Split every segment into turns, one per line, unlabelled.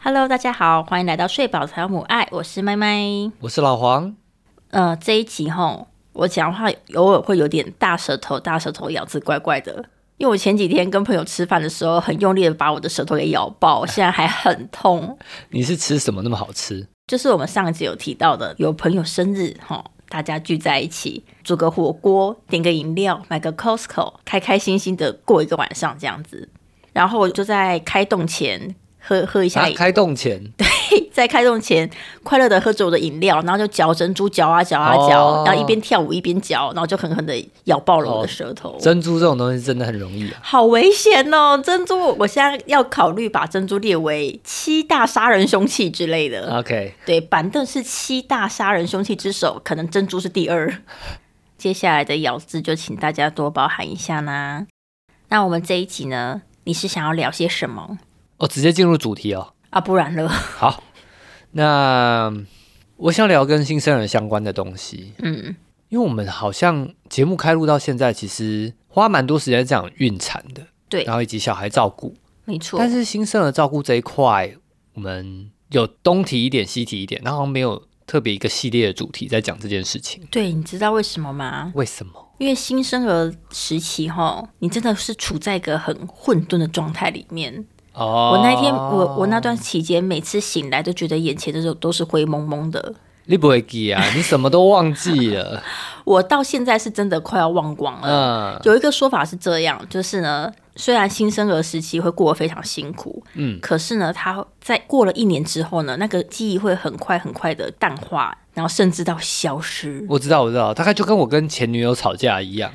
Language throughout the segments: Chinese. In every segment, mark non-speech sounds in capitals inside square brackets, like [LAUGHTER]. Hello，大家好，欢迎来到睡饱才有母爱，我是麦麦。
我是老黄，
呃，这一集吼，我讲话偶尔会有点大舌头，大舌头咬字怪怪的。因为我前几天跟朋友吃饭的时候，很用力的把我的舌头给咬爆，现在还很痛。
你是吃什么那么好吃？
就是我们上一集有提到的，有朋友生日哈，大家聚在一起煮个火锅，点个饮料，买个 Costco，开开心心的过一个晚上这样子。然后我就在开动前喝喝一下
啊
饮，
开动前，
在开动前快乐的喝着我的饮料，然后就嚼珍珠，嚼啊嚼啊嚼，
哦
然后一边跳舞一边嚼，然后就狠狠的咬爆了我的
哦
舌头。
珍珠这种东西真的很容易啊。
好危险哦！珍珠，我现在要考虑把珍珠列为七大杀人凶器之类的。
OK，
对，板凳是七大杀人凶器之首，可能珍珠是第二。 [LAUGHS] 接下来的咬字就请大家多包涵一下啦。那我们这一集呢，你是想要聊些什么
哦，直接进入主题哦。
啊？不然了，
好，那我想聊跟新生儿相关的东西，
嗯，
因为我们好像节目开录到现在，其实花蛮多时间在讲孕产的，
对
然后以及小孩照顾，
没错
但，是新生儿照顾这一块，我们有东提一点，西提一点，然后好像没有特别一个系列的主题在讲这件事情，
对，你知道为什么吗？
为什么？
因为新生儿时期哈，你真的是处在一个很混沌的状态里面。
哦，
我那天，我我那段期间，每次醒来都觉得眼前的时候都是灰蒙蒙的。
你不会
[LAUGHS]
记啊，你什么都忘记了。
我到现在是真的快要忘光了。
嗯，
有一个说法是这样，就是呢，虽然新生儿时期会过得非常辛苦，
嗯，
可是呢，他在过了一年之后呢，那个记忆会很快很快的淡化，然后甚至到消失。
我知道，我知道，大概就跟我跟前女友吵架一样，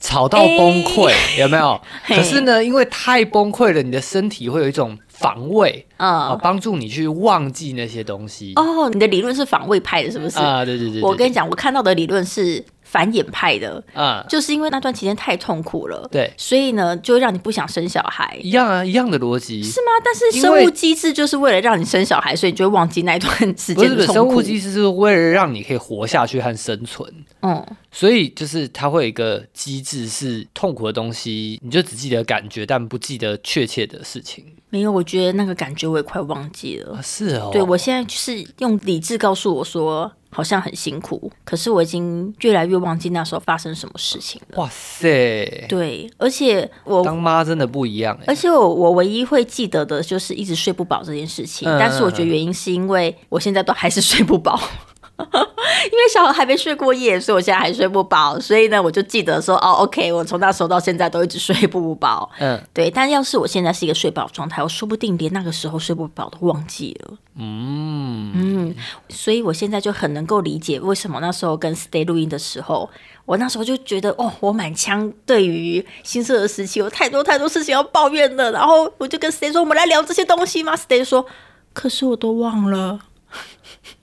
吵到崩溃，有没有？
哎 [LAUGHS] 嘿
可是呢，因为太崩溃了，你的身体会有一种防卫啊，
嗯，
帮助你去忘记那些东西。
哦，你的理论是防卫派的，是不是？
啊，对对对，对
我跟你讲，我看到的理论是繁衍派的，
啊，
就是因为那段期间太痛苦了，
对，
所以呢，就会让你不想生小孩。
一样啊，一样的逻辑。
是吗？但是
因
生
为
物机制就是为了让你生小孩，所以你就会忘记那段时
不
间
是不
的
是，
痛苦。
生物机制是为了让你可以活下去和生存，
嗯，
所以就是它会有一个机制是痛苦的东西，你就只记得感觉，但不记得确切的事情。
没有，我觉得那个感觉我也快忘记了。
啊，是哦，
对我现在就是用理智告诉我说，好像很辛苦，可是我已经越来越忘记那时候发生什么事情了。
哇塞，
对，而且我，
当妈真的不一样哎、
而且我，我唯一会记得的就是一直睡不饱这件事情。
嗯
但是我觉得原因是因为我现在都还是睡不饱。 [LAUGHS] 因为小孩还没睡过夜，所以我现在还睡不饱，所以呢，我就记得说，哦，OK，我从那时候到现在都一直睡不饱。
嗯
对，但要是我现在是一个睡饱状态，我说不定连那个时候睡不饱都忘记了。
嗯，
嗯，所以我现在就很能够理解为什么那时候跟 Stay 录音的时候，我那时候就觉得哦，我满腔对于新社的时期有太多太多事情要抱怨的，然后我就跟 Stay 说，我们来聊这些东西吗？Stay 说，可是我都忘了。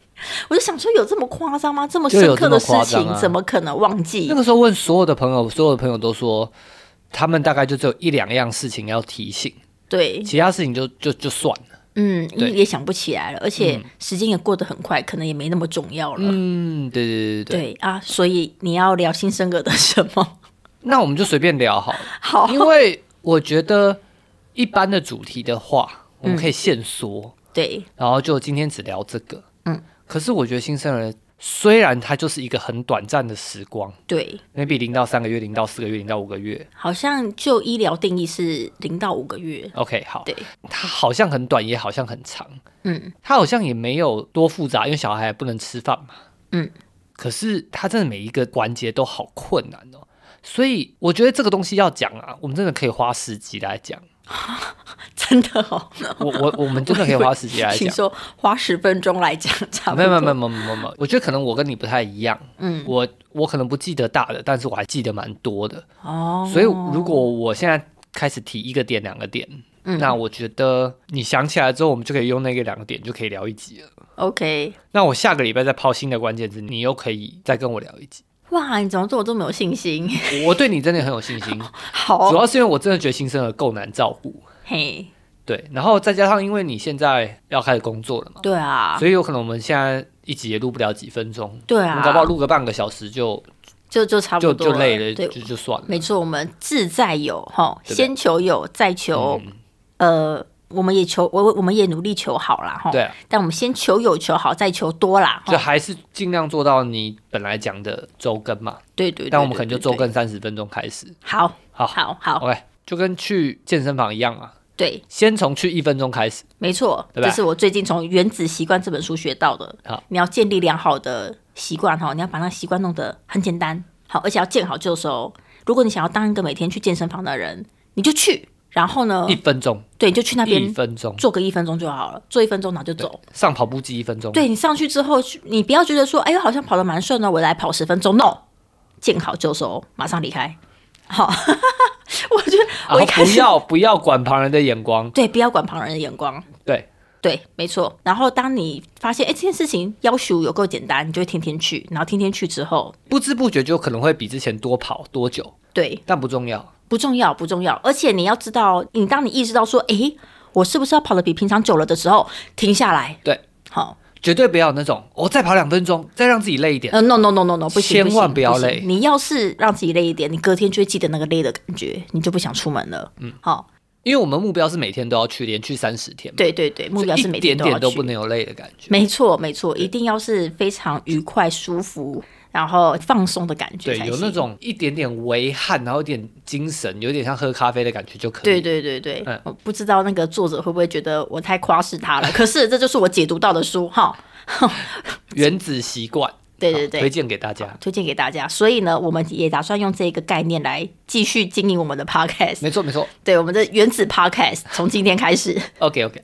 [LAUGHS] 我就想说，有这么夸张吗？这么
就
深
有
刻
这
的
么
事
夸张
情，
啊
怎么可能忘记？
那个时候问所有的朋友，所有的朋友都说，他们大概就只有一两样事情要提醒，
对，
其他事情就就就算了。
嗯，因为
对
也想不起来了，而且时间也过得很快，可能也没那么重要了。
嗯，对对对对对。
对啊，所以你要聊新生儿的什么？ [LAUGHS]
那我们就随便聊好了，
好，
因为我觉得一般的主题的话，我们可以限缩，
对，
然后就今天只聊这个。
嗯，
可是我觉得新生儿虽然它就是一个很短暂的时光
对，
，maybe 零到三个月，零到四个月，零到五个月。
好像就医疗定义是零到五个月。
OK，好，
对， [LAUGHS]
它好像很短，也好像很长，
嗯，
它好像也没有多复杂，因为小孩还不能吃饭嘛，
嗯，
可是它真的每一个环节都好困难哦，所以我觉得这个东西要讲啊，我们真的可以花十集来讲，
真的哦。
我
[LAUGHS]
我我们真的可以花十集来
请
讲。啊
说花十分钟来讲，差不多。
没有没有没有没有没有没有，我觉得可能我跟你不太一样，
嗯，
我我可能不记得大的，但是我还记得蛮多的，
哦，
所以如果我现在开始提一个点两个点，
嗯
那我觉得你想起来之后，我们就可以用那个两个点就可以聊一集了。
OK，
那我下个礼拜再抛新的关键字，你又可以再跟我聊一集。
哇，你怎么对我这么有信心？ [LAUGHS]
我对你真的很有信
哦
心，主
好，
要是因为我真的觉得新生儿够难照顾，
嘿，
对，然后再加上因为你现在要开始工作了嘛，
对啊，
所以有可能我们现在一集也录不了几分钟，
对
我
啊
们搞不好录个半个小时就
就就差不
就
多
就累了，
对
就，就算了。
没错，我们志在有哈，
对不对嗯
先求有，再求、呃我们也求我我们也努力求好啦，哈。
对啊
但我们先求有求好，再求多啦，
就
哈。
还是尽量做到你本来讲的周更嘛，
对对对。
但我们可能就哦
做
周更三十分钟开始。
好，
好
好，好，
，OK，就跟去健身房一样嘛，
对，
先从去一分钟开始。
没错，
对吧
这是我最近从《原子习惯》这本书学到的。
好，
你要建立良好的习惯哈，你要把那习惯弄得很简单，好，而且要见好就收。如果你想要当一个每天去健身房的人，你就去，然后呢
一，分钟，
对，你就去哦那
一
边
分钟，
做个一分钟就好了，做一分钟然后就走。
上跑步机一分钟，
对你上去之后，你不要觉得说，哎呦，好像跑得蛮顺的，我来跑十分钟，no，见好就收，马上离开。好， [LAUGHS] 我觉得
然
我
后
一开
啊不
始
要 [LAUGHS] 不要管旁人的眼光，
对，不要管旁人的眼光，
对，
对，没错。然后当你发现哎这件事情要求有够简单，你就会天天去，然后天天去之后，
不知不觉就可能会比之前多跑多久，
对，
但不重要。
不重要不重要。而且你要知道，你当你意识到说，哎，我是不是要跑得比平常久了的时候，停下来。
对，
好，
绝对不要有那种，我、再跑两分钟，再让自己累一点。
呃，no no no no no，不行，
千万
行
不要
行
累
你要是让自己累一点，你隔天就会记得那个累的感觉，你就不想出门了。嗯，好，
因为我们目标是每天都要去，连去三十天嘛，
对对对，目标是
就
每
一
天
点
都要
点
去。
都不能有累的感觉。
没错，没错，一定要是非常愉快、舒服，然后放松的感觉
对
才，
有那
行
种一点点微汗，然后有点精神，有点像喝咖啡的感觉就可以。
对对对对，
嗯
我不知道那个作者会不会觉得我太夸饰他
[LAUGHS]
了，可是这就是我解读到的书哈，
原子习惯，
对对
好
对
推荐给大家。
推荐给大家。所以呢，我们也打算用这个概念来继续经营我们的 podcast，
没错没错
对我们的原子 podcast，从今天开
[LAUGHS]
始。
，OK OK。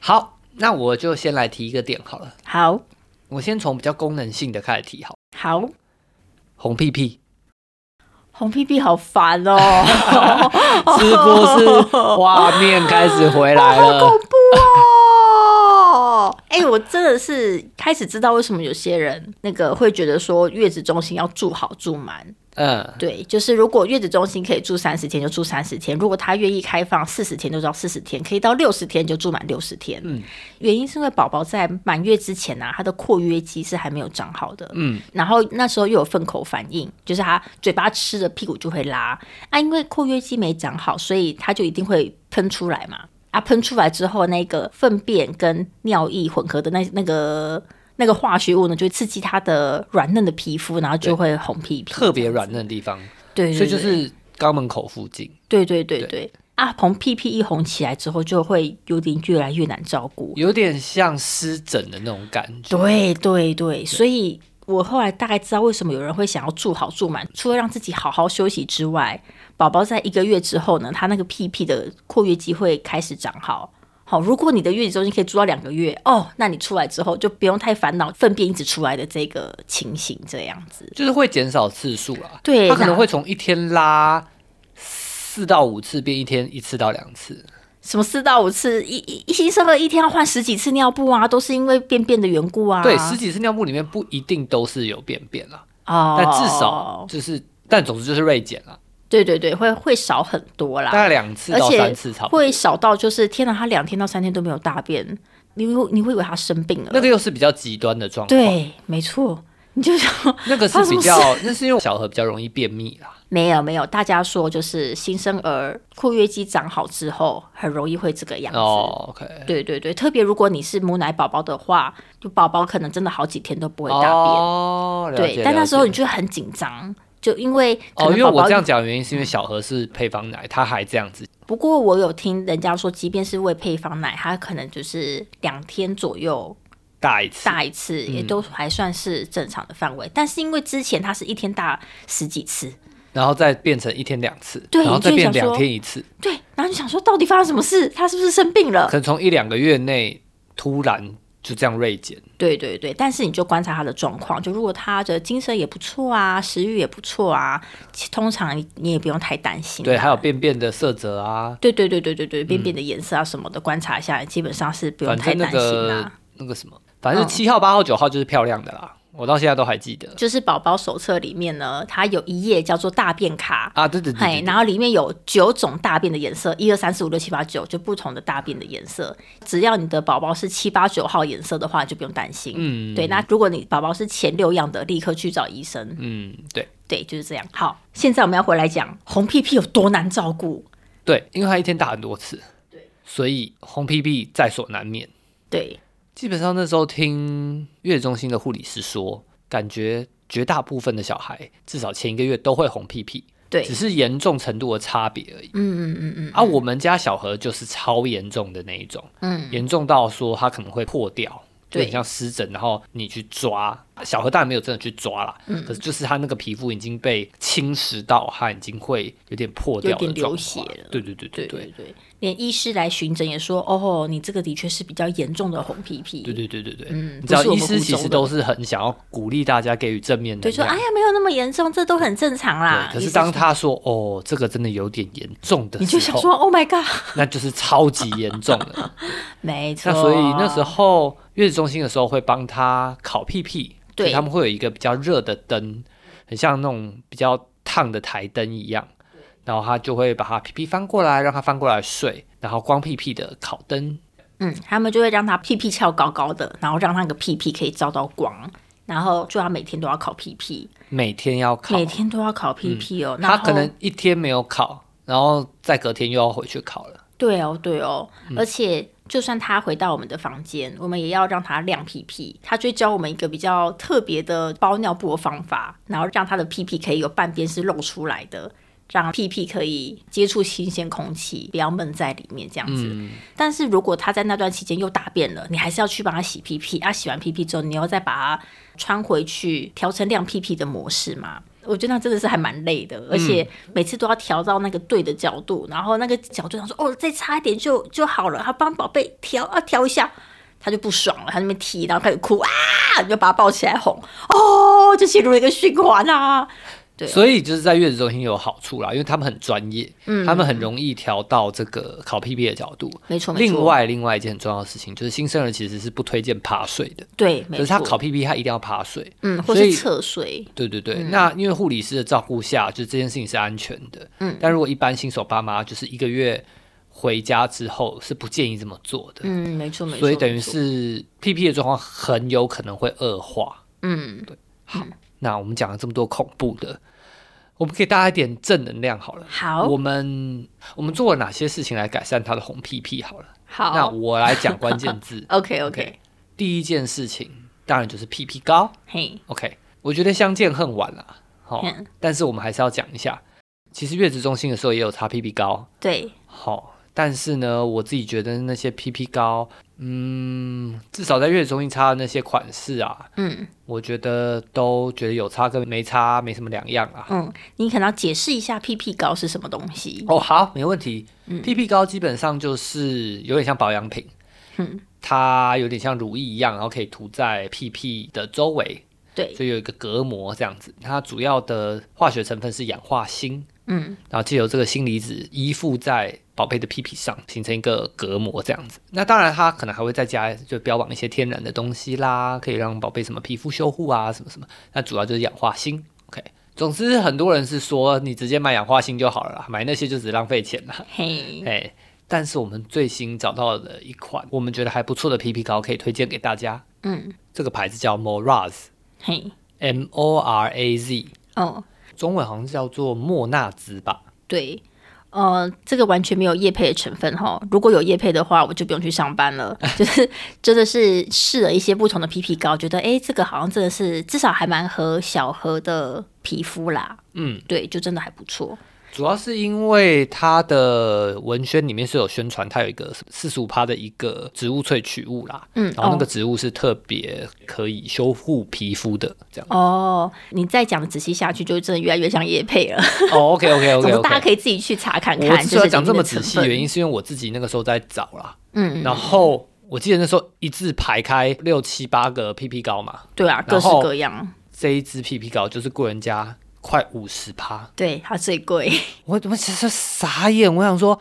好，那我就先来提一个点好了，
好，
我先从比较功能性的开始提好。
好，
红屁屁
红屁屁好烦
[LAUGHS]
哦，
是不是画面开始回来
[LAUGHS]
了？
不哦。哎、我真的是开始知道为什么有些人那个会觉得说月子中心要住好住满，
嗯，
对，就是如果月子中心可以住三十天就住三十天，如果他愿意开放四十天就到四十天，可以到六十天就住满六十天。
嗯，
原因是因为宝宝在满月之前呢、啊，他的括约肌是还没有长好的。
嗯，
然后那时候又有粪口反应，就是他嘴巴吃了屁股就会拉啊，因为括约肌没长好，所以他就一定会喷出来嘛。啊，喷出来之后，那个粪便跟尿液混合的那那个那个化学物呢，就会刺激他的软嫩的皮肤，然后就会红屁屁，
特别软嫩的地方，
对，对
所以就
对
是肛门口附近。
对对对对，啊，红屁屁一红起来之后，就会有点越来越难照顾。
有点像湿疹的那种感觉。
对对对，所以我后来大概知道为什么有人会想要住好住满，除了让自己好好休息之外，宝宝在一个月之后呢，他那个屁屁的括约肌会开始长好。好，如果你的月子中心可以住到两个月哦，那你出来之后就不用太烦恼粪便一直出来的这个情形，这样子。
就是会减少次数啦。
对
他可
那
能会从一天拉四到五次，变一天一次到两次。
什么四到五次，一一一新生儿一天要换十几次尿布啊，都是因为便便的缘故啊。
对，十几次尿布里面不一定都是有便便啦，
哦，
但至少就是，但总之就是锐减啦，
对对对，会会少很多
大
啦，
概两次
而
到
且
三次差不多。
会少到就是天哪，他两天到三天都没有大便，你会你会以为他生病了。
那个又是比较极端的状况，，
对，没错，你就想
那个是
发生什
比
么
较，那是因为小何比较容易便秘啦。
[LAUGHS] 没有没有，大家说就是新生儿括约肌长好之后，很容易会这个样子。
哦，OK，
对对对，特别如果你是母奶宝宝的话，就宝宝可能真的好几天都不会大便。
哦，了解
对，但那时候
了
你
解
就很紧张，就因为可
哦，
能
因为
宝宝
我这样讲的原因是因为小何是配方奶，他还这样子，
不过我有听人家说，即便是喂配方奶，它可能就是两天左右
大一次，
大一次，也都还算是正常的范围。但是因为之前它是一天大十几次，
然后再变成一天两次，
对
然后再
你就
变
想说
两天一次，
对，然后就想说到底发生什么事？它是不是生病了
可？能从一两个月内突然就这样锐减，
对对对，但是你就观察他的状况，就如果他的精神也不错啊，食欲也不错啊，其通常你也不用太担心。啊
对，还有便便的色泽啊，
对对对对对对，便便的颜色啊什么的，观察一下，基本上是不用
反
太
正那
担心啦、嗯
个那个什么，反正七号、八号、九号就是漂亮的啦，我到现在都还记得
就是宝宝手册里面呢，它有一页叫做大便卡。
啊，对对对
嘿
对，对
然后里面有九种大便的颜色，一二三四五六七八九，就不同的大便的颜色。只要你的宝宝是七八九号颜色的话，就不用担心。
嗯
对。那如果你宝宝是前六样的，立刻去找医生。
嗯，对
对，就是这样。好，现在我们要回来讲红屁屁有多难照顾。
对，因为他一天大很多次，所以红 PB 在所难免。
对，
基本上那时候听月子中心的护理师说，感觉绝大部分的小孩至少前一个月都会红屁屁，
对
只，是严重程度的差别而已。
嗯嗯嗯嗯
啊，我们家小何就是超严重的那一种，
嗯，
严重到说他可能会破掉，就
对
很像湿疹，然后你去抓，小何当然没有真的去抓啦，
嗯
可是就是他那个皮肤已经被侵蚀到，他已经会有点破掉
有点
的状
流
况，
血了
对对对对
对
对
对对，连医师来巡诊也说，哦，你这个的确是比较严重的红屁屁。
对对对对对，
嗯
你知道
不是我
医
们
师
鼓
其
掌
实
的
都是很想要鼓励大家给予正面能
对，说哎
量。
呀没有那么严重，这都很正常啦。
对，可
医
是
师
当
说
他说“哦，这个真的有点严重”的
你就
时
想
候，
说，Oh my god，
那就是超级严
[LAUGHS]
重了。
没错。
那所以那时候月子中心的时候会帮他烤屁屁，
对
所以他们会有一个比较热的灯，很像那种比较烫的台灯一样，然后他就会把他屁屁翻过来，让他翻过来睡，然后光屁屁的烤灯
嗯，他们就会让他屁屁翘高高的，然后让那个屁屁可以照到光，然后就要每天都要烤屁屁，
每天要烤，
每天都要烤屁屁哦。然
嗯他
后
可能一天没有烤，然后再隔天又要回去烤了。
对哦，对哦，而且就算他回到我们的房间，我们也要让他晾屁屁。他就会教我们一个比较特别的包尿布的方法，然后让他的屁屁可以有半边是露出来的。让屁屁可以接触新鲜空气，不要闷在里面这样子。但是如果他在那段期间又大便了，你还是要去帮他洗屁屁啊。洗完屁屁之后，你要再把它穿回去，调成晾屁屁的模式嘛。我觉得那真的是还蛮累的，而且每次都要调到那个对的角度，然后那个角度想说哦，再差一点就就好了，他帮宝贝调啊调一下，他就不爽了，他在那边踢，然后开始哭啊，你就把他抱起来哄，哦，就陷入了一个循环啊。对
所以就是在月子中心有好处啦，因为他们很专业，
嗯
他们很容易调到这个考 PB 的角度。
没错，没错
另外，另外一件很重要的事情就是新生儿其实是不推荐趴睡的，
对，
可
没
是
错，
他考 PB 他一定要趴睡。
嗯，或
所
是嗯
以
侧睡，
对对对，那因为护理师的照顾下，就这件事情是安全的。
嗯，
但如果一般新手爸妈就是一个月回家之后是不建议这么做的，
嗯，没错，没错，
所以等于
没错，
是 PP 的状况很有可能会恶化。
嗯，
那我们讲了这么多恐怖的，我们给大家一点正能量好了。
好
我们我们做了哪些事情来改善他的红屁屁？好了，那
好。
我来讲关键字
，OK [LAUGHS] OK，
OK 第一件事情当然就是屁屁膏。
嘿，
OK，我觉得相见恨晚啦，好、
嗯
但是我们还是要讲一下。其实月子中心的时候也有擦屁屁膏，
对，
好、但是呢，我自己觉得那些屁屁膏，嗯，至少在月子中心擦的那些款式啊，
嗯
我觉得都觉得有差跟没差没什么两样啊。
嗯，你可能要解释一下屁屁膏是什么东西，
哦，好，没问题。屁屁膏基本上就是有点像保养品，
嗯，
它有点像乳液一样，然后可以涂在屁屁的周围，
对，
所以有一个隔膜这样子。它主要的化学成分是氧化锌，
嗯
然后借由这个锌离子依附在宝贝的屁屁上，形成一个隔膜这样子。那当然，它可能还会再加就标榜一些天然的东西啦，可以让宝贝什么皮肤修护啊，什么什么。那主要就是氧化锌。OK，总之很多人是说你直接买氧化锌就好了啦，买那些就只是浪费钱啦。
嘿，
哎，但是我们最新找到的一款我们觉得还不错的皮皮膏，可以推荐给大家。
嗯
这个牌子叫 Moraz，M
嘿，
O R A Z，
哦，
中文好像是叫做莫纳兹吧。
对，呃，这个完全没有叶配的成分哈。如果有叶配的话，我就不用去上班
[LAUGHS]
了。就是真的是试了一些不同的 PP 膏，觉得诶，这个好像真的是至少还蛮合小何的皮肤啦。
嗯，
对，就真的还不错。
主要是因为它的文宣里面是有宣传，它有一个四十五趴的一个植物萃取物啦，
嗯
然后那个
哦
植物是特别可以修护皮肤的，这样。
哦，你再讲的仔细下去，就真的越来越像叶配了。
哦，OK OK
总 [LAUGHS]
OK
之，大家
OK。
可以自己去查看
我
看。
之
就
所
是
以讲
里面
这么
的
仔
成
细，
分
原因是因为我自己那个时候在找啦，
嗯，
然后我记得那时候一字排开六七八个 PP 膏嘛，
对啊，各
然
式
后
各样。
这一支 PP 膏就是贵人家快五十趴，
对，它最
[LAUGHS]
贵。
我我其实傻眼，我想说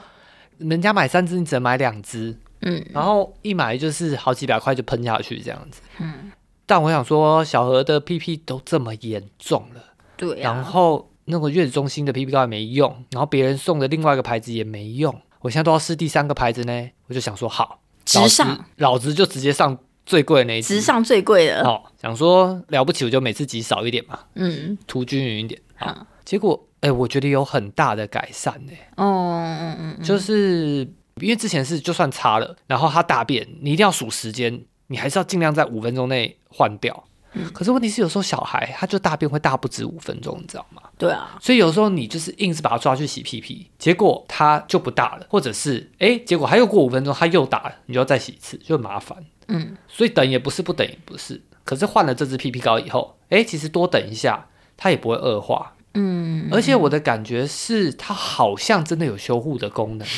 人家买三支，你只能买两支，
嗯，
然后一买就是好几百块就喷下去这样子，嗯，但我想说小何的 PP 都这么严重了，
对
然
啊，
后那个月子中心的 PP 膏也没用，然后别人送的另外一个牌子也没用，我现在都要试第三个牌子呢，我就想说好，
直
老子
上，
老子就直接上最贵的那一支
直上最贵的。
好，想说了不起，我就每次挤少一点嘛，
嗯，
涂均匀一点。
好
好，结果哎、我觉得有很大的改善呢、
哦，嗯嗯嗯，
就是因为之前是就算擦了，然后它大便，你一定要数时间，你还是要尽量在五分钟内换掉。
嗯
可是问题是，有时候小孩他就大便会大不止五分钟，你知道吗？
对啊，
所以有时候你就是硬是把他抓去洗屁屁，结果他就不大了，或者是哎，诶结果他又过五分钟他又大了，你就要再洗一次，就很麻烦。
嗯，
所以等也不是，不等也不是。可是换了这支屁屁膏以后，哎，其实多等一下，它也不会恶化。嗯，而且我的感觉是，它好像真的有修护的功能耶。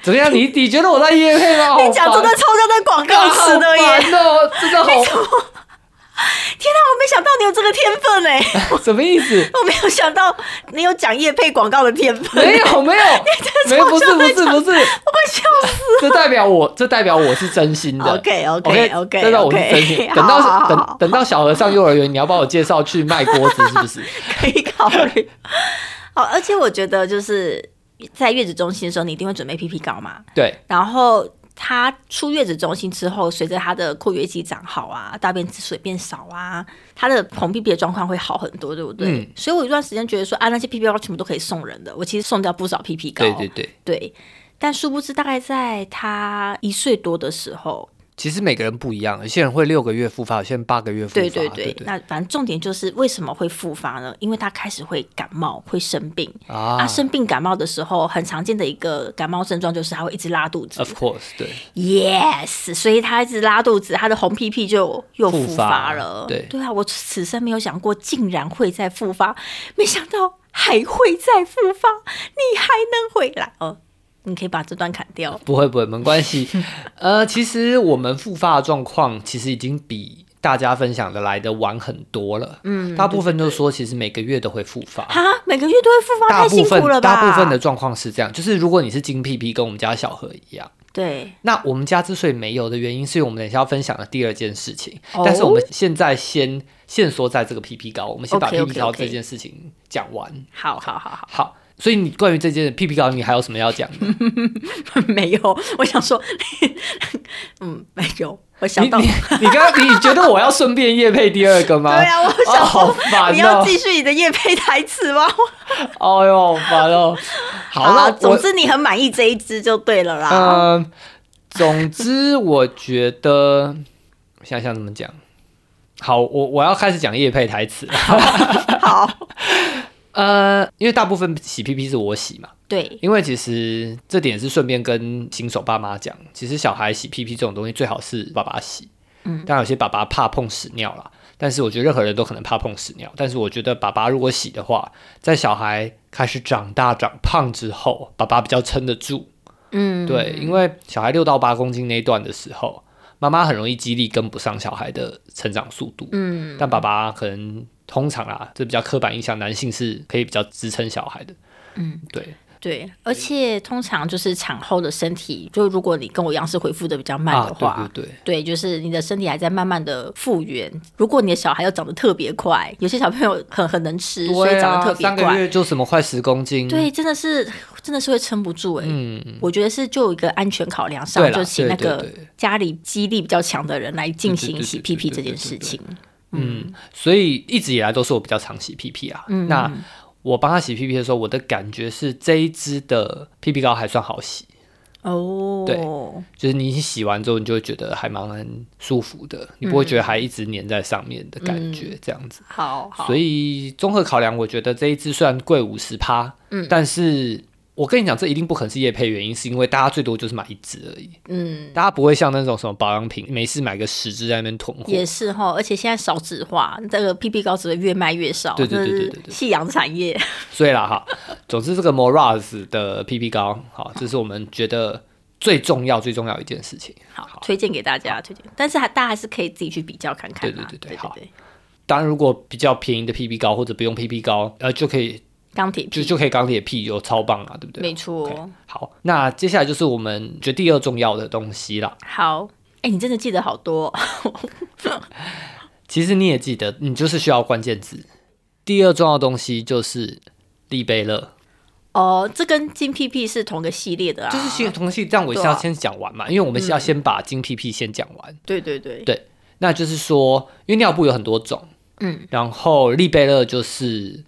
怎么样？你你觉得我在夜配
[LAUGHS]
吗？
你哎讲
好
真
烦
的超像在广告词的耶！
好烦哦，真的好，
天哪，哦我没想到你有这个天分哎， [LAUGHS]
什么意思？
我没有想到你有讲叶配广告的天分，[LAUGHS]
没有没有，没有不是不是不是，
我快笑死
这代表我这代表我是真心的。
OK OK
OK
OK，
这代表我是真
[LAUGHS]
心。等到等等到小和尚幼儿园，你要帮我介绍去卖锅子是不是？
可以考虑。好，而且我觉得就是在月子中心的时候，你一定会准备 PP 膏嘛， [LAUGHS]
对，
然后。她出月子中心之后，随着她的括约肌长好啊，大便水变少啊，她的红屁屁的状况会好很多，对不对？
嗯
所以我有一段时间觉得说，啊，那些 PP 膏全部都可以送人的，我其实送掉不少 PP 膏，
对对对。
哦对，但殊不知，大概在他一岁多的时候，
其实每个人不一样，有些人会六个月复发，有些人八个月复发。
对
对
对对，那反正重点就是为什么会复发呢？因为他开始会感冒，会生病。
啊
啊，生病感冒的时候，很常见的一个感冒症状就是他会一直拉肚子。
，of course，对，
Yes，所以他一直拉肚子，他的红屁屁就又
复
复发
发
了。
对
对啊，我此生没有想过，竟然会再复发，没想到还会再复发，你还能回来哦。你可以把这段砍掉。
不会不会，没
[LAUGHS]
关系。呃，其实我们复发的状况其实已经比大家分享的来的晚很多了。嗯，大部分就说其实每个月都会复发。
啊，每个月都会复发，
大
太
部
辛
分
苦了吧？
大部分的状况是这样，就是如果你是金屁屁，跟我们家小何一样，
对，
那我们家之所以没有的原因，是因为我们等一下要分享的第二件事情，
哦
但是我们现在先限缩在这个屁屁膏，我们先把屁
OK，OK，OK
屁膏这件事情讲完。
好好好 [LAUGHS] 好，
好，所以你关于这件屁屁膏，你还有什么要讲的？
没有，我想说， [LAUGHS] 嗯，没有，我想
你
到，
你你刚刚你觉得我要顺便夜配第二个
[LAUGHS] 对
吗？
啊，我想
哦，好
说，
烦
你要
哦！
继续你的夜配台词吗？
哎呦，好烦哦！好，
啦，
那
总
我
之你很满意这一支就对了啦。
嗯，总之我觉得，想想怎么讲。好，我我要开始讲夜配台词了。嗯
好，
呃，因为大部分洗屁屁是我洗嘛，
对，
因为其实这点是顺便跟新手爸妈讲，其实小孩洗屁屁这种东西最好是爸爸洗。嗯，当然有些爸爸怕碰屎尿啦，但是我觉得任何人都可能怕碰屎尿。但是我觉得爸爸如果洗的话，在小孩开始长大长胖之后，爸爸比较撑得住。
嗯，
对，因为小孩六到八公斤那一段的时候，妈妈很容易肌力跟不上小孩的成长速度。
嗯，
但爸爸可能通常啦，这比较刻板印象，男性是可以比较支撑小孩的。嗯，对。
对，而且通常就是产后的身体，就如果你跟我一样是恢复的比较慢的话，
啊、对对对。
对，就是你的身体还在慢慢的复原。如果你的小孩要长得特别快，有些小朋友很很能吃，所以
对
长
啊，
得特别
三个
快。
月就什么快十公斤，
对，真的是真的是会撑不住哎、
嗯，
我觉得是就有一个安全考量
对
上，
啦
就请那
对
个
对对
家里肌力比较强的人来进
对对
行
对
洗
对
屁屁
对
这
对
件
对
事
对
情。
所以一直以来都是我比较常洗屁屁啊。
嗯
那我帮他洗屁屁的时候，我的感觉是这一支的屁屁膏还算好洗，
哦，
对就是你洗完之后，你就会觉得还蛮舒服的，你不会觉得还一直粘在上面的感觉这样子。
好嗯好，
所
以
以综合考量，我觉得这一支虽然贵五十趴，嗯，但是我跟你讲，这一定不可能是业配原因，是因为大家最多就是买一支而已，
嗯
大家不会像那种什么保养品，没事买个十支在那边囤货，
也是哈，而且现在少子化，这个屁屁膏只会越卖越少，
对对对
这
对
是
对对
夕阳产业。
所以啦哈，总之这个 Moraz 的 PP 膏，好，这是我们觉得最重要最重要一件事情。
好，推荐给大家，推荐，但是还大家还是可以自己去比较看看啊，
对对对对
对
好当然，如果比较便宜的 PP 膏或者不用 PP 膏，呃，就可以
钢铁
就
屁，
就可以钢铁屁油超棒啊，对不对？
没错。哦
OK，好，那接下来就是我们觉得第二重要的东西啦。
好，哎、你真的记得好多、 [LAUGHS] 哦，
其实你也记得，你就是需要关键字。第二重要的东西就是利贝乐，
哦，这跟金屁屁是同个系列的啊，
就是先同系，但我是
对
要
啊
先讲完嘛，因为我们是要先把金 PP 先讲完。
对对对，
对，那就是说，因为尿布有很多种，
嗯，
然后利贝乐就是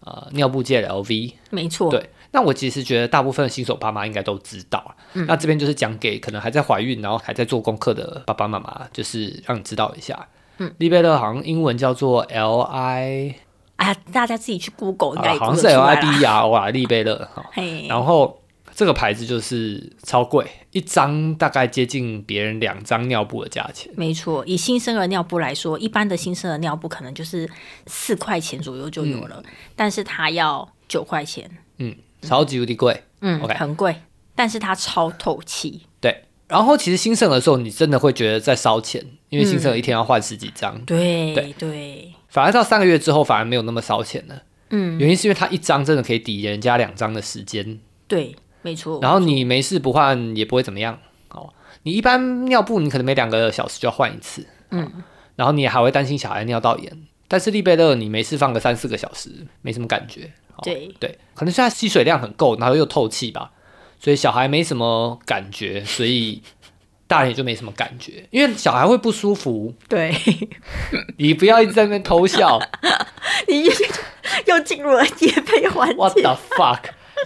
呃尿布界的 LV，
没错，
对，那我其实觉得大部分新手爸妈应该都知道，啊
嗯
那这边就是讲给可能还在怀孕，然后还在做功课的爸爸妈妈，就是让你知道一下。嗯，利贝勒好像英文叫做 L I，啊
哎呀，大家自己去 Google 应该也
好
读
像
得
是
出
L I
来啦。
B E R O 啊，利贝勒哈。
嘿，
然后这个牌子就是超贵，一张大概接近别人两张尿布的价钱。
没错，以新生儿尿布来说，一般的新生儿尿布可能就是四块钱左右就有了，但是它要九块钱，
嗯，超级无敌贵。
嗯
OK
很贵，但是它超透气。
对，然后其实新生儿的时候，你真的会觉得在烧钱，因为新生儿一天要换十几张，
对
对
对，
反而到三个月之后，反而没有那么烧钱了。
嗯，
原因是因为它一张真的可以抵人家两张的时间，
对，没错。
然后你没事不换也不会怎么样哦。你一般尿布你可能每两个小时就要换一次，嗯，然后你还会担心小孩尿道炎，但是利贝乐你没事放个三四个小时没什么感觉，哦
对
对，可能是它吸水量很够，然后又透气吧，所以小孩没什么感觉，所以大人也就没什么感觉，因为小孩会不舒服，
对，
你不要一直在那边偷笑
[LAUGHS] 你又进入了夜配环
，What
节。
the fuck？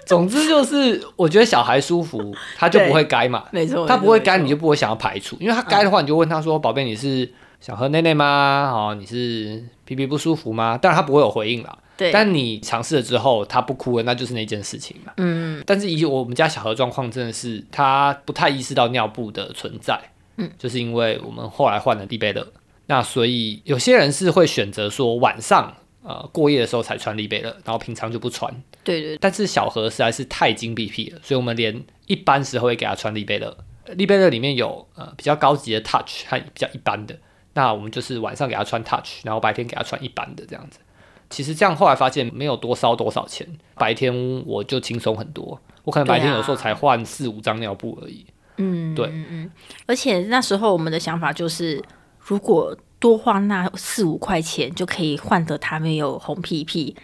总之就是，我觉得小孩舒服，他就不会该嘛，
没错，嗯
他
没
不会
错
该，你就不会想要排除，因为他该的话，你就问他说：“宝贝，你是想喝奶奶吗？哦，你是屁屁不舒服吗？”当然他不会有回应啦。
对，
但你尝试了之后，他不哭了，那就是那件事情嘛。
嗯，
但是以我们家小何状况，真的是他不太意识到尿布的存在，嗯，就是因为我们后来换了利贝勒，那所以有些人是会选择说晚上呃过夜的时候才穿利贝勒，然后平常就不穿。
对对
但是小何实在是太精辟屁了，所以我们连一般时候会给他穿利贝勒。利贝勒里面有呃比较高级的 touch 和比较一般的，那我们就是晚上给他穿 touch，然后白天给他穿一般的这样子。其实这样后来发现没有多烧多少钱，白天我就轻松很多，我可能白天
对啊
有时候才换四五张尿布而已。
嗯，
对
嗯嗯。而且那时候我们的想法就是，如果多花那四五块钱就可以换得他没有红屁屁，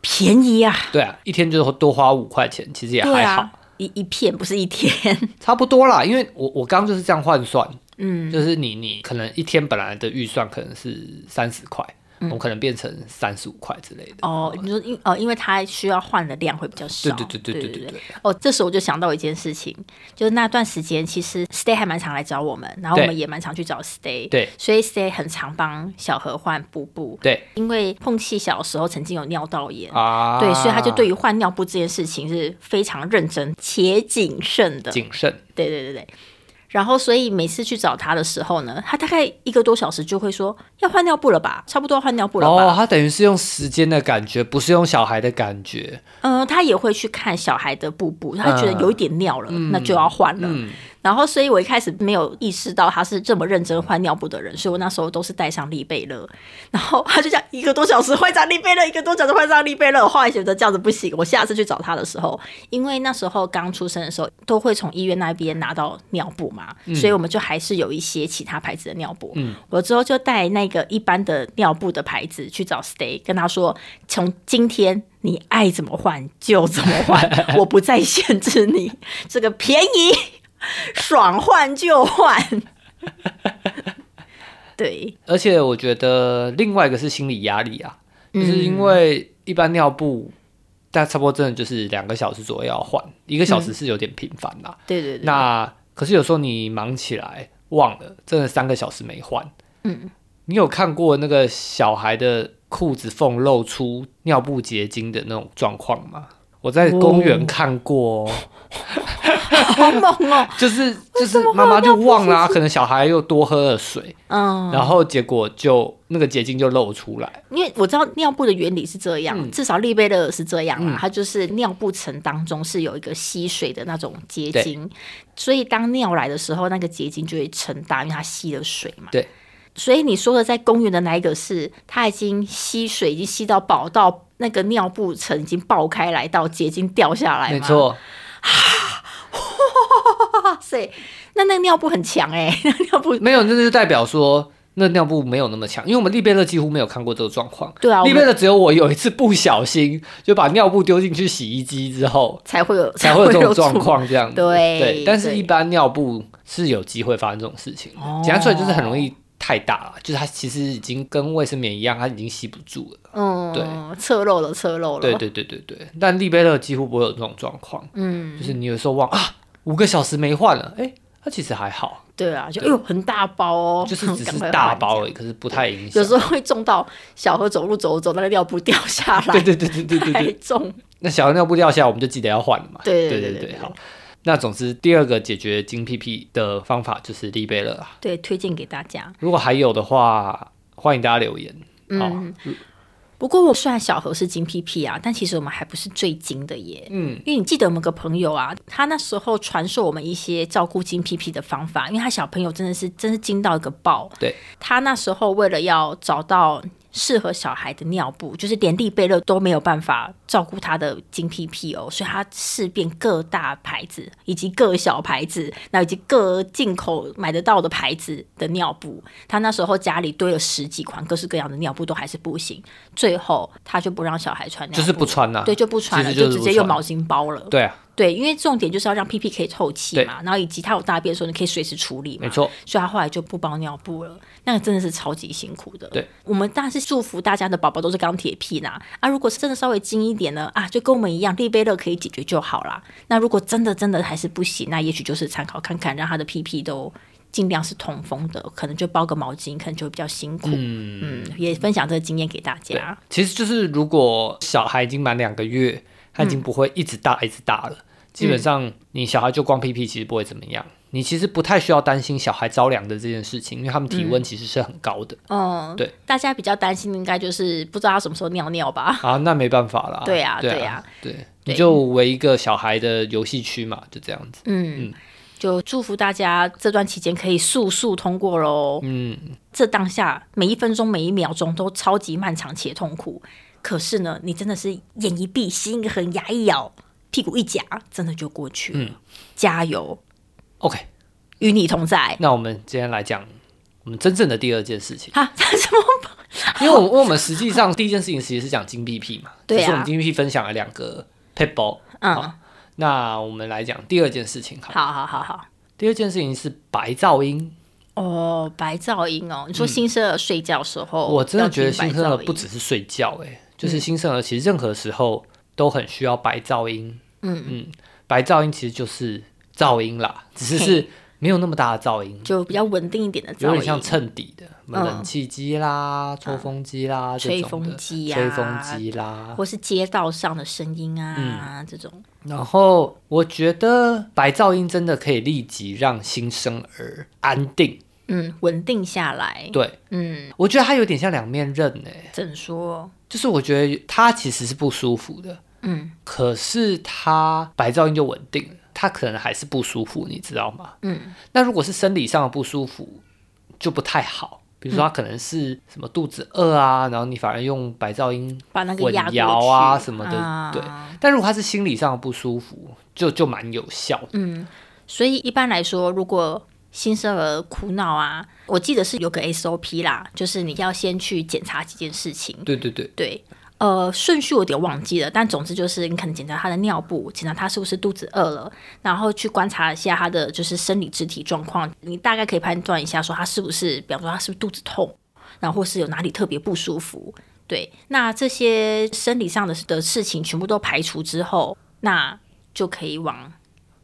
便宜啊！
对啊，一天就多花五块钱，其实也
对
还好，
啊，一一片不是一
[LAUGHS]
天，
差不多啦。因为我我刚刚就是这样换算，
嗯，
就是你你可能一天本来的预算可能是三十块，我们可能变成三十五块之类的。
嗯哦，你说因哦，因为它需要换的量会比较少，
对对对对
对
对对对。
哦，这时候我就想到一件事情，就是那段时间其实 Stay 还蛮常来找我们，然后
对
我们也蛮常去找 Stay，
对
所以 Stay 很常帮小何换布布，
对
因为碰气小时候曾经有尿道炎，
啊，
对，所以他就对于换尿布这件事情是非常认真且谨慎的。
谨慎，
对对对对。然后，所以每次去找他的时候呢，他大概一个多小时就会说要换尿布了吧，差不多要换尿布了吧。
哦，他等于是用时间的感觉，不是用小孩的感觉，
嗯，他也会去看小孩的布布，他觉得有一点尿了，那就要换了。
嗯
然后，所以我一开始没有意识到他是这么认真换尿布的人，所以我那时候都是带上利贝乐， [LAUGHS] 然后他就这样一个多小时换一张利贝乐，一个多小时换一张利贝乐。我后来觉得这样子不行，我下次去找他的时候，因为那时候刚出生的时候都会从医院那边拿到尿布嘛，所以我们就还是有一些其他牌子的尿布。
嗯
我之后就带那个一般的尿布的牌子去找 Stay，跟他说，从今天你爱怎么换就怎么换，我不再限制你，这个便宜爽换就换。对，
而且我觉得另外一个是心理压力啊，
嗯
就是因为一般尿布，但差不多真的就是两个小时左右要换，一个小时是有点频繁啦。
对对对， [LAUGHS]
那可是有时候你忙起来忘了，真的三个小时没换。
嗯，
你有看过那个小孩的裤子缝露出尿布结晶的那种状况吗？我在公园看过、哦，
好猛哦， [LAUGHS]
就是就是妈妈就忘啦、可能小孩又多喝了水，
嗯。
然后结果就那个结晶就露出来。
因为我知道尿布的原理是这样，至少利贝勒是这样啦，
嗯
它就是尿布层当中是有一个吸水的那种结晶，所以当尿来的时候，那个结晶就会撑大，因为它吸了水嘛。
对，
所以你说的在公园的那一个是，它已经吸水已经吸到饱到那个尿布层已经爆开来到结晶掉下来，
没，错，
哇塞，那那个尿布很强哎、 [LAUGHS] 那个尿布
没有，那就代表说那尿布没有那么强，因为我们利贝勒几乎没有看过这个状况。
对啊，我
利贝
们
勒只有我有一次不小心就把尿布丢进去洗衣机之后，
才会有
才会有这种状
出
况这样子。
对
但是
对
一般尿布是有机会发生这种事情的
哦，
讲出来就是很容易太大了，就是它其实已经跟卫生棉一样，它已经吸不住了。
嗯，
对，
侧漏了，侧漏了，
对对对对对，但利贝勒几乎不会有这种状况，
嗯，
就是你有时候忘啊，五个小时没换了，哎，它其实还好，
对啊，就哎
对
呦很大包哦，
就是
[LAUGHS]
只
赶
是
快
大
换
包而已，可是不太影响
有。时候会重到小何走路走着走，那个尿布掉下来，
对对对对对对
太
对，
重，
那小尿布掉下来，我们就记得要换了嘛。
对
对
对对
对，
对
好。那总之，第二个解决金屁屁的方法就是利贝勒啊。
对，推荐给大家。
如果还有的话，欢迎大家留言。
嗯
好，
不过我虽然小何是金屁屁啊，但其实我们还不是最金的耶。
嗯，
因为你记得我们有个朋友啊，他那时候传授我们一些照顾金屁屁的方法，因为他小朋友真的是真是精到一个爆。
对，
他那时候为了要找到适合小孩的尿布，就是连利贝勒都没有办法照顾他的金屁屁哦，所以他试遍各大牌子以及各小牌子，那以及各进口买得到的牌子的尿布。他那时候家里堆了十几款各式各样的尿布，都还是不行。最后他就不让小孩穿尿布，
就是不穿啦。
对，就不穿了，
啊其实就是
直接
不
用
穿
毛巾包了。
对啊，
对，因为重点就是要让屁屁可以透气嘛，然后以及它有大便的时候，你可以随时处理嘛。
没错，
所以他后来就不包尿布了，那个真的是超级辛苦的。
对，
我们当然是祝福大家的宝宝都是钢铁屁啦。啊，如果是真的稍微精一点呢，啊，就跟我们一样，利贝乐可以解决就好啦。那如果真的真的还是不行，那也许就是参考看看，让他的屁屁都。尽量是通风的，可能就包个毛巾，可能就会比较辛苦。嗯也分享这个经验给大家。
其实就是如果小孩已经满两个月，他已
嗯
经不会一直大一直大了，基本上你小孩就光屁屁其实不会怎么样。你其实不太需要担心小孩着凉的这件事情，因为他们体温其实是很高的、
嗯，
对，
大家比较担心的应该就是不知道他什么时候尿尿吧。
[LAUGHS] 啊，那没办法啦。
对啊
对
对
啊
啊，
对，你就围一个小孩的游戏区嘛，就这样子。
嗯，就祝福大家这段期间可以速速通过喽。
嗯，
这当下每一分钟每一秒钟都超级漫长且痛苦，可是呢，你真的是眼一闭，心一横，牙一咬，屁股一夹，真的就过去了。
嗯
加油，
OK，
与你同在。
那我们今天来讲我们真正的第二件事情， [LAUGHS]
哈， [LAUGHS] 什么？
因为我们因为我们实际上第一件事情其实是讲金币屁嘛，
对啊
就是我们金币屁分享了两个 p e b b l
嗯，
好那我们来讲第二件事情好了，
好好好好。
第二件事情是白噪音，
哦，白噪音哦，你说新生儿睡觉时候，
嗯我真的觉得
哦要听白
新生儿
噪音嗯
不只是睡觉、欸，就是新生儿其实任何时候都很需要白噪音，
嗯
嗯，白噪音其实就是噪音啦，只是是没有那么大的噪音，
就比较稳定一点的
有
噪
点像
音，
衬底的，什么
嗯
冷气机啦、抽风机啦、这
吹
种的
风机呀
吹风机啦。
或是街道上的声音啊，
嗯
这种。
然后我觉得白噪音真的可以立即让新生儿安定。
嗯，稳定下来。
对
嗯，
我觉得它有点像两面刃哎诶、
怎说？
就是我觉得它其实是不舒服的，
嗯
可是它白噪音就稳定了，它可能还是不舒服，你知道吗？
嗯，
那如果是生理上的不舒服，就不太好。比如说，他可能是什么肚子饿啊，然后你反而用白噪音
把那个
混
压过去
淆啊什么的，
啊
对。但如果他是心理上的不舒服，就就蛮有效的。
嗯所以一般来说，如果新生儿哭闹啊，我记得是有个 SOP 啦，就是你要先去检查几件事情。
对对对，
对，呃，顺序我有点忘记了，但总之就是你可能检查他的尿布，检查他是不是肚子饿了，然后去观察一下他的就是生理肢体状况，你大概可以判断一下说他是不是，比方说他是不是肚子痛，然后或是有哪里特别不舒服。对，那这些生理上的的事情全部都排除之后，那就可以往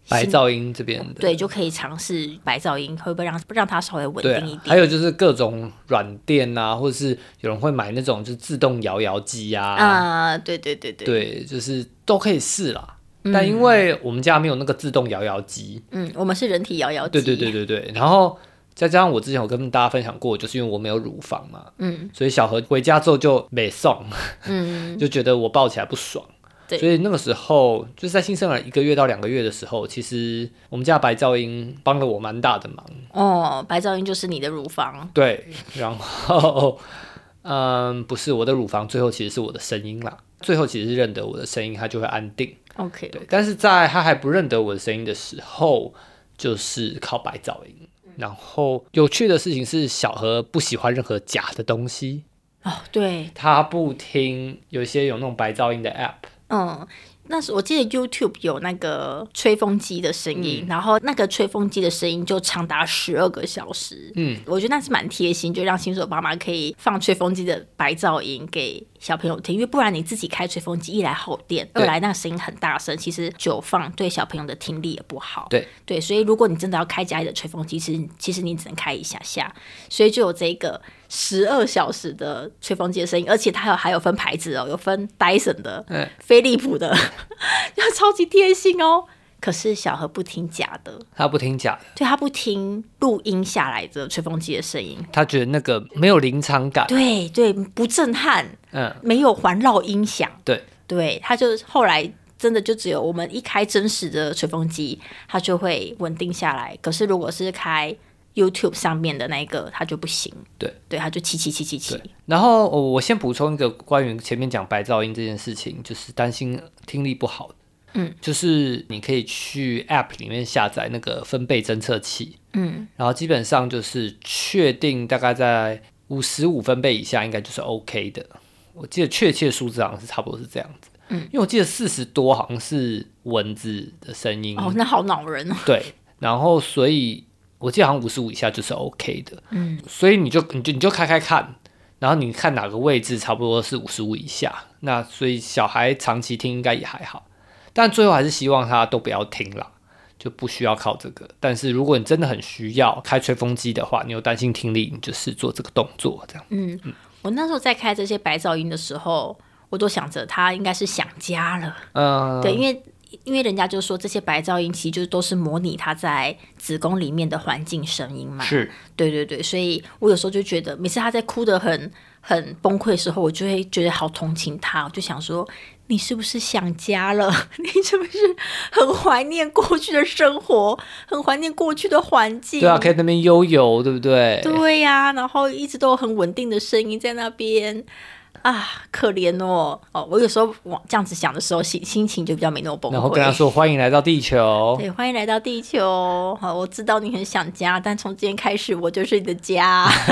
白噪音这边的，
哦对，就可以尝试白噪音，会不会让让它稍微稳
对
定一
啊，
点？
还有就是各种软垫啊，或者是有人会买那种就是自动摇摇机啊，
啊、对对对嗯对，
对，就是都可以试啦。但因为我们家没有那个自动摇摇机，
嗯，我们是人体摇摇机，
对对对，对对，然后再加上我之前有跟大家分享过，就是因为我没有乳房嘛，
嗯
所以小何回家之后就没送，
嗯，
就觉得我抱起来不爽。
对
所以那个时候就是在新生儿一个月到两个月的时候，其实我们家白噪音帮了我蛮大的忙。
哦，白噪音就是你的乳房，
对，然后 [LAUGHS] 嗯，不是我的乳房，最后其实是我的声音啦。最后其实认得我的声音，它就会安定。
OK，
对，但是在他还不认得我的声音的时候，就是靠白噪音。然后有趣的事情是，小何不喜欢任何假的东西，
哦，对，
他不听有一些有那种白噪音的 app，
嗯，那时我记得 YouTube 有那个吹风机的声音，然后那个吹风机的声音就长达十二个小时。
嗯，
我觉得那是蛮贴心，就让新手爸妈可以放吹风机的白噪音给小朋友听，因为不然你自己开吹风机，一来耗电，
对
二来那个声音很大声，其实久放对小朋友的听力也不好。
对
对，所以如果你真的要开家里的吹风机，其实其实你只能开一下下，所以就有这个十二小时的吹风机的声音，而且它还有还有分牌子哦，有分 Dyson 的、
嗯
飞利浦的， [LAUGHS] 要超级贴心哦。可是小何不听假的，
他不听假的，
对他不听录音下来的吹风机的声音，
他觉得那个没有临场感。
对对，不震撼，
嗯，
没有环绕音响，
对，
对，他就后来真的就只有我们一开真实的吹风机，它就会稳定下来。可是如果是开 YouTube 上面的那一个，它就不行。
对，
对，它就七七七七七
对。然后我我先补充一个关于前面讲白噪音这件事情，就是担心听力不好。
嗯，
就是你可以去 App 里面下载那个分贝侦测器，
嗯，
然后基本上就是确定大概在五十五分贝以下应该就是 OK 的。我记得确切数字好像是差不多是这样子，嗯，因为我记得四十多好像是蚊子的声音，
哦，那好恼人哦。
对，然后所以我记得好像五十五以下就是 OK 的，嗯，所以你就你就你就开开看，然后你看哪个位置差不多是五十五以下，那所以小孩长期听应该也还好，但最后还是希望他都不要听啦。就不需要靠这个，但是如果你真的很需要开吹风机的话，你又担心听力，你就是做这个动作这样。
我那时候在开这些白噪音的时候，我都想着他应该是想家了。
嗯、
对，因为因为人家就说这些白噪音其实就都是模拟他在子宫里面的环境声音嘛。
是
对对对，所以我有时候就觉得，每次他在哭得很很崩溃的时候，我就会觉得好同情他，哦我就想说，你是不是想家了？ [LAUGHS] 你是不是很怀念过去的生活，很怀念过去的环境？
对啊，可以在那边悠游，对不对？
对呀、然后一直都有很稳定的声音在那边。啊，可怜哦！哦，我有时候往这样子想的时候，心心情就比较没那么崩溃。
然后跟他说：“欢迎来到地球。
对，欢迎来到地
[LAUGHS]
球。好，我知道你很想家，但从今天开始，我就是你的家，
[LAUGHS]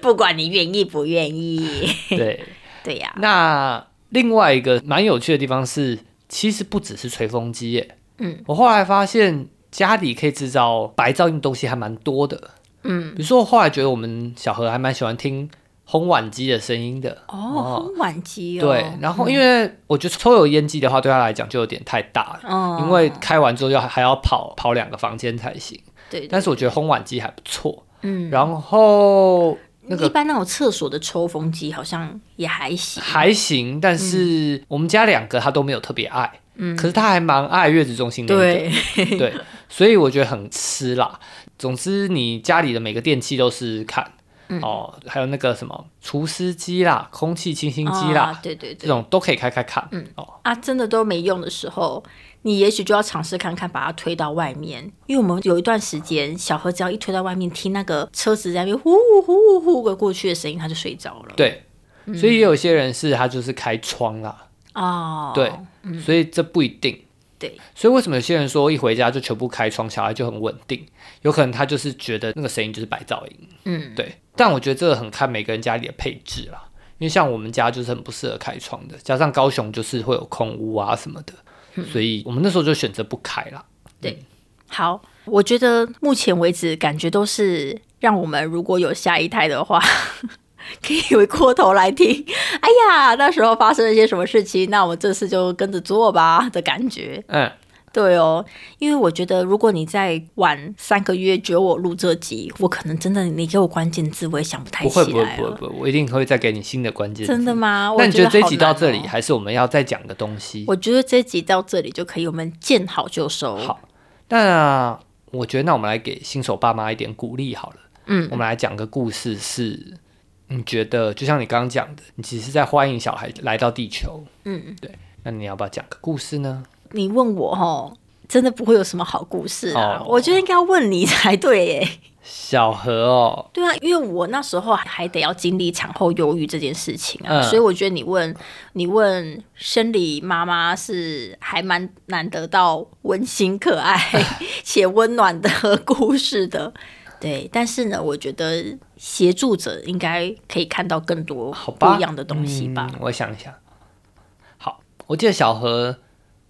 不管你愿意不愿意。”
对，
对呀、
那另外一个蛮有趣的地方是，其实不只是吹风机耶。
嗯，
我后来发现家里可以制造白噪音的东西还蛮多的。
嗯，
比如说我后来觉得我们小何还蛮喜欢听烘碗机的声音的。
哦，很晚机哦。
对，然后因为我觉得抽油烟机的话，对他来讲就有点太大了，
嗯，
因为开完之后要还要跑跑两个房间才行。
对，
但是我觉得烘碗机还不错。
嗯，
然后那个
一般那种厕所的抽风机好像也还行。
还行，但是
嗯
我们家两个他都没有特别爱，可是他还蛮爱月子中心那一个，
对，
对，所以我觉得很吃啦。总之，你家里的每个电器都是看、
嗯
哦，还有那个什么除湿机啦、空气清新机啦，
啊，对对
这
对，
种都可以开开看，哦，
啊，真的都没用的时候，你也许就要尝试看看，把它推到外面。因为我们有一段时间，小何只要一推到外面，听那个车子在那边呼呼呼呼呼过去的声音，他就睡着了。
对。
嗯
所以也有些人是他就是开窗啦，
哦，
对，所以这不一定。
对，
所以为什么有些人说一回家就全部开窗，小孩就很稳定？有可能他就是觉得那个声音就是白噪音。
嗯，
对，但我觉得这个很看每个人家里的配置啦，因为像我们家就是很不适合开窗的，加上高雄就是会有空屋啊什么的，
嗯
所以我们那时候就选择不开啦。
好，我觉得目前为止感觉都是让我们如果有下一胎的话。 [LAUGHS] 可以回过头来听，哎呀，那时候发生了些什么事情？那我这次就跟着做吧的感觉。
嗯，
对哦，因为我觉得如果你再晚三个月觉得我录这集，我可能真的你给我关键字我也想不太
不会
起
不会
来
不会
了。
不会，我一定会再给你新的关键字。
真的？吗？
那
我
你觉得这一集
好难
到
哦
这里，？还是我们要再讲个东西？
我觉得这集到这里就可以，我们见好就收。
好那我觉得，那我们来给新手爸妈一点鼓励好了。
嗯，
我们来讲个故事是，你觉得就像你刚刚讲的，你其实是在欢迎小孩来到地球。
嗯，
对。那你要不要讲个故事呢？
你问我哦，真的不会有什么好故事啊。
哦
我觉得应该要问你才对耶。
小何
[LAUGHS]
哦，
对啊，因为我那时候还得要经历产后忧郁这件事情啊，
嗯
所以我觉得你问你问生理妈妈是还蛮难得到温馨、可
[LAUGHS]
爱且温暖的故事的。对，但是呢，我觉得协助者应该可以看到更多
好吧，嗯
不一样的东西吧。
嗯我想一想，好，我记得小何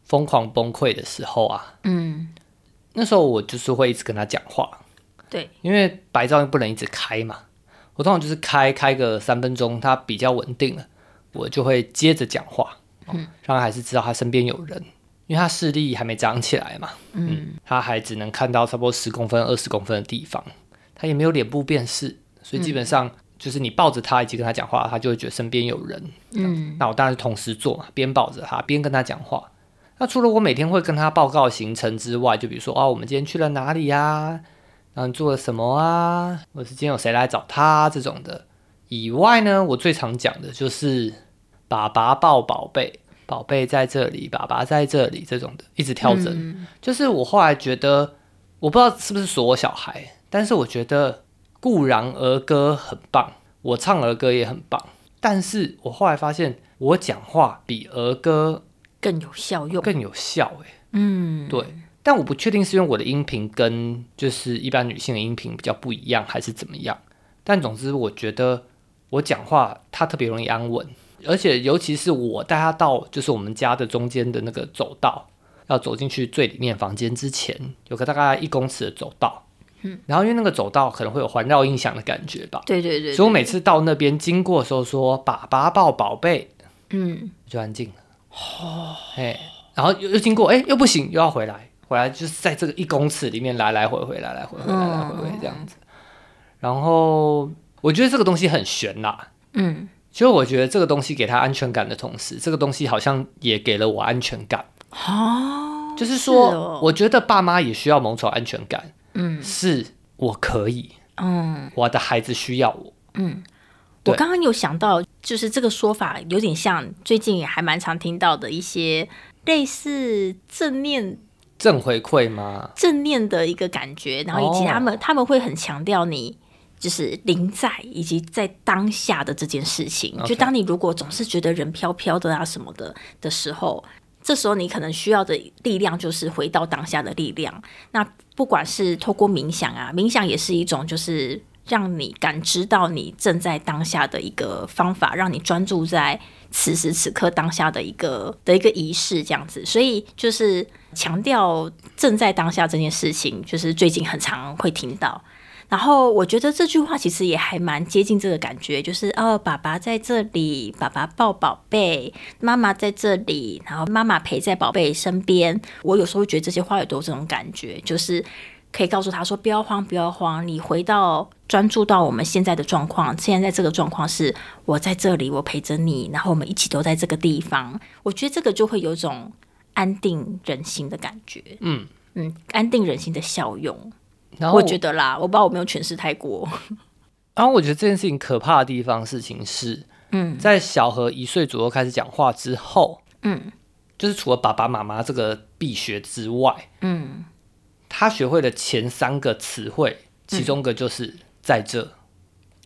疯狂崩溃的时候啊，
嗯，
那时候我就是会一直跟他讲话，
对，
因为白噪音不能一直开嘛，我通常就是开开个三分钟，它比较稳定了，我就会接着讲话，嗯，让他还是知道他身边有人，因为他视力还没长起来嘛，嗯，他还只能看到差不多十公分、二十公分的地方，他也没有脸部辨识，所以基本上就是你抱着他以及跟他讲话，他就会觉得身边有人，
嗯，
那我当然是同时做嘛，边抱着他边跟他讲话。那除了我每天会跟他报告行程之外，就比如说啊，我们今天去了哪里呀、然后你做了什么啊，或者是今天有谁来找他啊、这种的。以外呢，我最常讲的就是爸爸抱宝贝，宝贝在这里，爸爸在这里这种的，一直跳针。就是我后来觉得，我不知道是不是所有小孩，但是我觉得固然儿歌很棒，我唱儿歌也很棒，但是我后来发现我讲话比儿歌
更有效用，
更有效、欸，
嗯，
对，但我不确定是因为我的音频跟就是一般女性的音频比较不一样，还是怎么样。但总之，我觉得我讲话它特别容易安稳，而且尤其是我带她到就是我们家的中间的那个走道，要走进去最里面房间之前，有个大概一公尺的走道。嗯，然后因为那个走道可能会有环绕音响的感觉吧，
对对对
所以
对，
我每次到那边经过的时候说“爸爸抱宝贝”，
嗯，
就安静了。哦，哎，然后又又经过，哎，又不行，又要回来，回来就是在这个一公尺里面来来回回，来来回回，来来回回这样子。然后我觉得这个东西很悬啦，
嗯，
就我觉得这个东西给他安全感的同时，这个东西好像也给了我安全感。
哦，
就是
是
说
哦，
我觉得爸妈也需要某种安全感，
嗯
是我可以，
嗯，
我的孩子需要我。
我
对
刚刚有想到，就是这个说法有点像最近也还蛮常听到的一些类似正念
正回馈吗？
正念的一个感觉，然后以及
哦
他们、他们会很强调你就是临在以及在当下的这件事情。
OK
就当你如果总是觉得人飘飘的啊什么的的时候，这时候你可能需要的力量就是回到当下的力量。那不管是透过冥想啊，冥想也是一种就是。让你感知到你正在当下的一个方法，让你专注在此时此刻当下的一个的一个仪式这样子，所以就是强调正在当下这件事情，就是最近很常会听到。然后我觉得这句话其实也还蛮接近这个感觉，就是哦，爸爸在这里，爸爸抱宝贝，妈妈在这里，然后妈妈陪在宝贝身边。我有时候觉得这些话语都有这种感觉，就是可以告诉他说：“不要慌，不要慌，你回到专注到我们现在的状况。现在这个状况是我在这里，我陪着你，然后我们一起都在这个地方。”我觉得这个就会有一种安定人心的感觉，
嗯
嗯，安定人心的效用。
然后
我觉得啦，我不知道我没有诠释太
[LAUGHS]
过，
然后我觉得这件事情可怕的地方，事情是，
嗯，
在小何一岁左右开始讲话之后，
嗯
就是除了爸爸妈妈这个必学之外，
嗯
他学会的前三个词汇，
嗯
其中一个就是在这，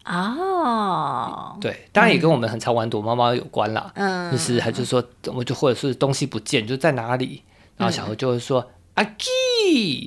哦，
对，当然也跟我们很常玩躲猫猫有关啦，
嗯
就是他就说，我就或者是东西不见，就在哪里，然后小何就会说阿基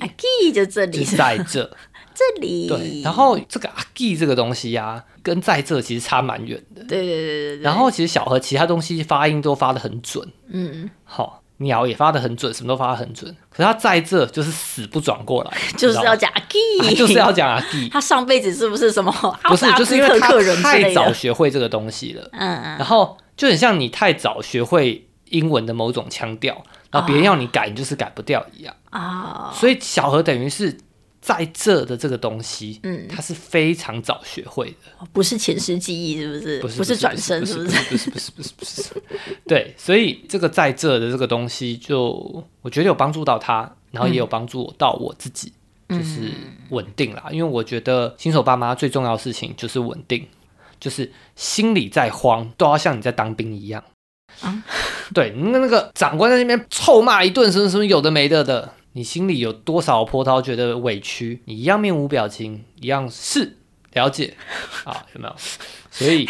嗯阿，基就这
就
里，
是在这，
[LAUGHS] 这里，
对，然后这个阿基这个东西呀、跟在这其实差蛮远的，
对对对对对，
然后其实小何其他东西发音都发的很准。
嗯，
好，鸟也发的很准，什么都发的很准。可是他在这就是死不转过来，
[LAUGHS] 就是要
你
讲阿基
知 [LAUGHS] 道吗，哎啊就是要讲阿弟，
[LAUGHS] 他上辈子是不是什么
不是
阿
就
兹
是因
特
为他
克人之
太
类
早
的？
学会这个东西了，
嗯，
然后就很像你太早学会英文的某种腔调，然后
哦
别人要你改，你就是改不掉一样。
啊，
所以小何等于是在这的这个东西，
嗯
他是非常早学会的。
不是前世记忆，是不是？
不是
是转身，
不
不
是
是？ [LAUGHS]
不是不是不是不是不是， [LAUGHS] 对，所以这个在这的这个东西就，我觉得有帮助到他，然后也
嗯
有帮助我到我自己，就是稳定啦。因为我觉得新手爸妈最重要的事情就是稳定，就是心里在慌，都要像你在当兵一样。
啊
对，那那个长官在那边臭骂一顿，什么什么有的没的的，你心里有多少波涛觉得委屈，你一样面无表情，一样是了解啊，有没有？所以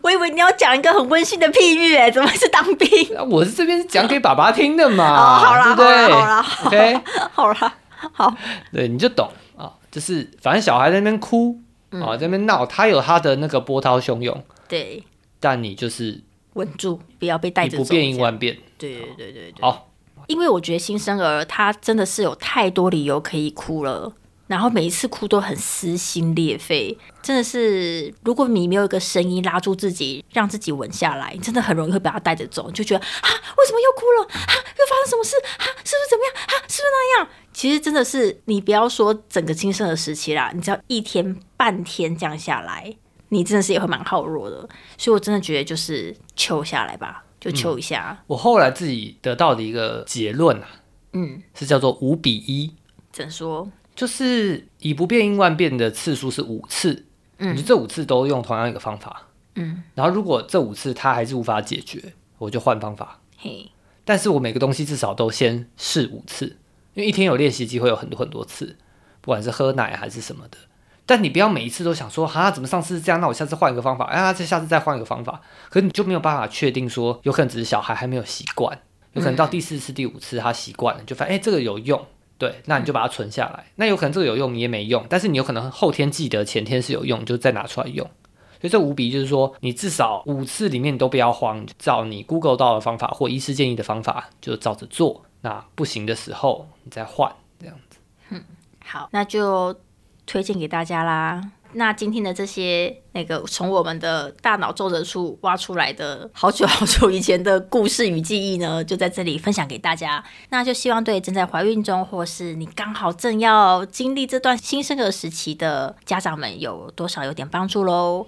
我以为你要讲一个很温馨的譬喻，哎，怎么是当兵？
啊我是这边是讲给爸爸听的嘛，
哦好啦
对不对
好啦好
o
[LAUGHS] 好啦，好，
k 对，你就懂啊，就是反正小孩在那边哭
嗯
啊，在那边闹，他有他的那个波涛汹涌，
对，
但你就是
稳住，不要被带
你
着
不
走。
变应
这样
万变。哦
对对对对对，
好，
因为我觉得新生儿他真的是有太多理由可以哭了，然后每一次哭都很撕心裂肺，真的是如果你没有一个声音拉住自己，让自己稳下来，你真的很容易会把他带着走，你就觉得啊，为什么又哭了？啊，又发生什么事？啊，是不是怎么样？啊，是不是那样？其实真的是你不要说整个新生儿时期啦，你只要一天半天这样下来，你真的是也会蛮耗弱的。所以我真的觉得就是求下来吧，就求一下。
我后来自己得到的一个结论啊，
嗯，
是叫做五比一，
怎说？
就是以不变应万变的次数是五次，嗯，就这五次都用同样一个方法，
嗯，
然后如果这五次它还是无法解决，我就换方法，
嘿，
但是我每个东西至少都先试五次，因为一天有练习机会有很多很多次，不管是喝奶还是什么的。但你不要每一次都想说，哈，怎么上次是这样，那我下次换一个方法，啊，这下次再换一个方法，可是你就没有办法确定说，有可能只是小孩还没有习惯，有可能到第四次、第五次他习惯了，你就发现哎、这个有用，对，那你就把它存下来。那有可能这个有用，你也没用，但是你有可能后天记得前天是有用，就再拿出来用。所以这五比就是说，你至少五次里面你都不要慌，你就照你 Google 到的方法或医师建议的方法，就照着做。那不行的时候，你再换。
好，那就推荐给大家啦。那今天的这些那个从我们的大脑皱褶处挖出来的好久好久以前的故事与记忆呢，就在这里分享给大家。那就希望对正在怀孕中，或是你刚好正要经历这段新生儿时期的家长们，有多少有点帮助喽。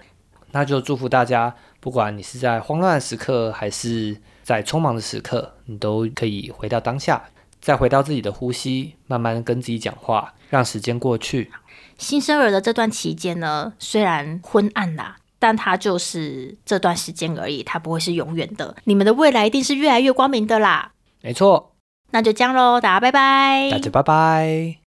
那就祝福大家，不管你是在慌乱的时刻，还是在匆忙的时刻，你都可以回到当下，再回到自己的呼吸，慢慢跟自己讲话，让时间过去。
新生儿的这段期间呢，虽然昏暗啦，但它就是这段时间而已，它不会是永远的。你们的未来一定是越来越光明的啦。
没错，
那就这样喽，大家拜拜，
大家拜拜。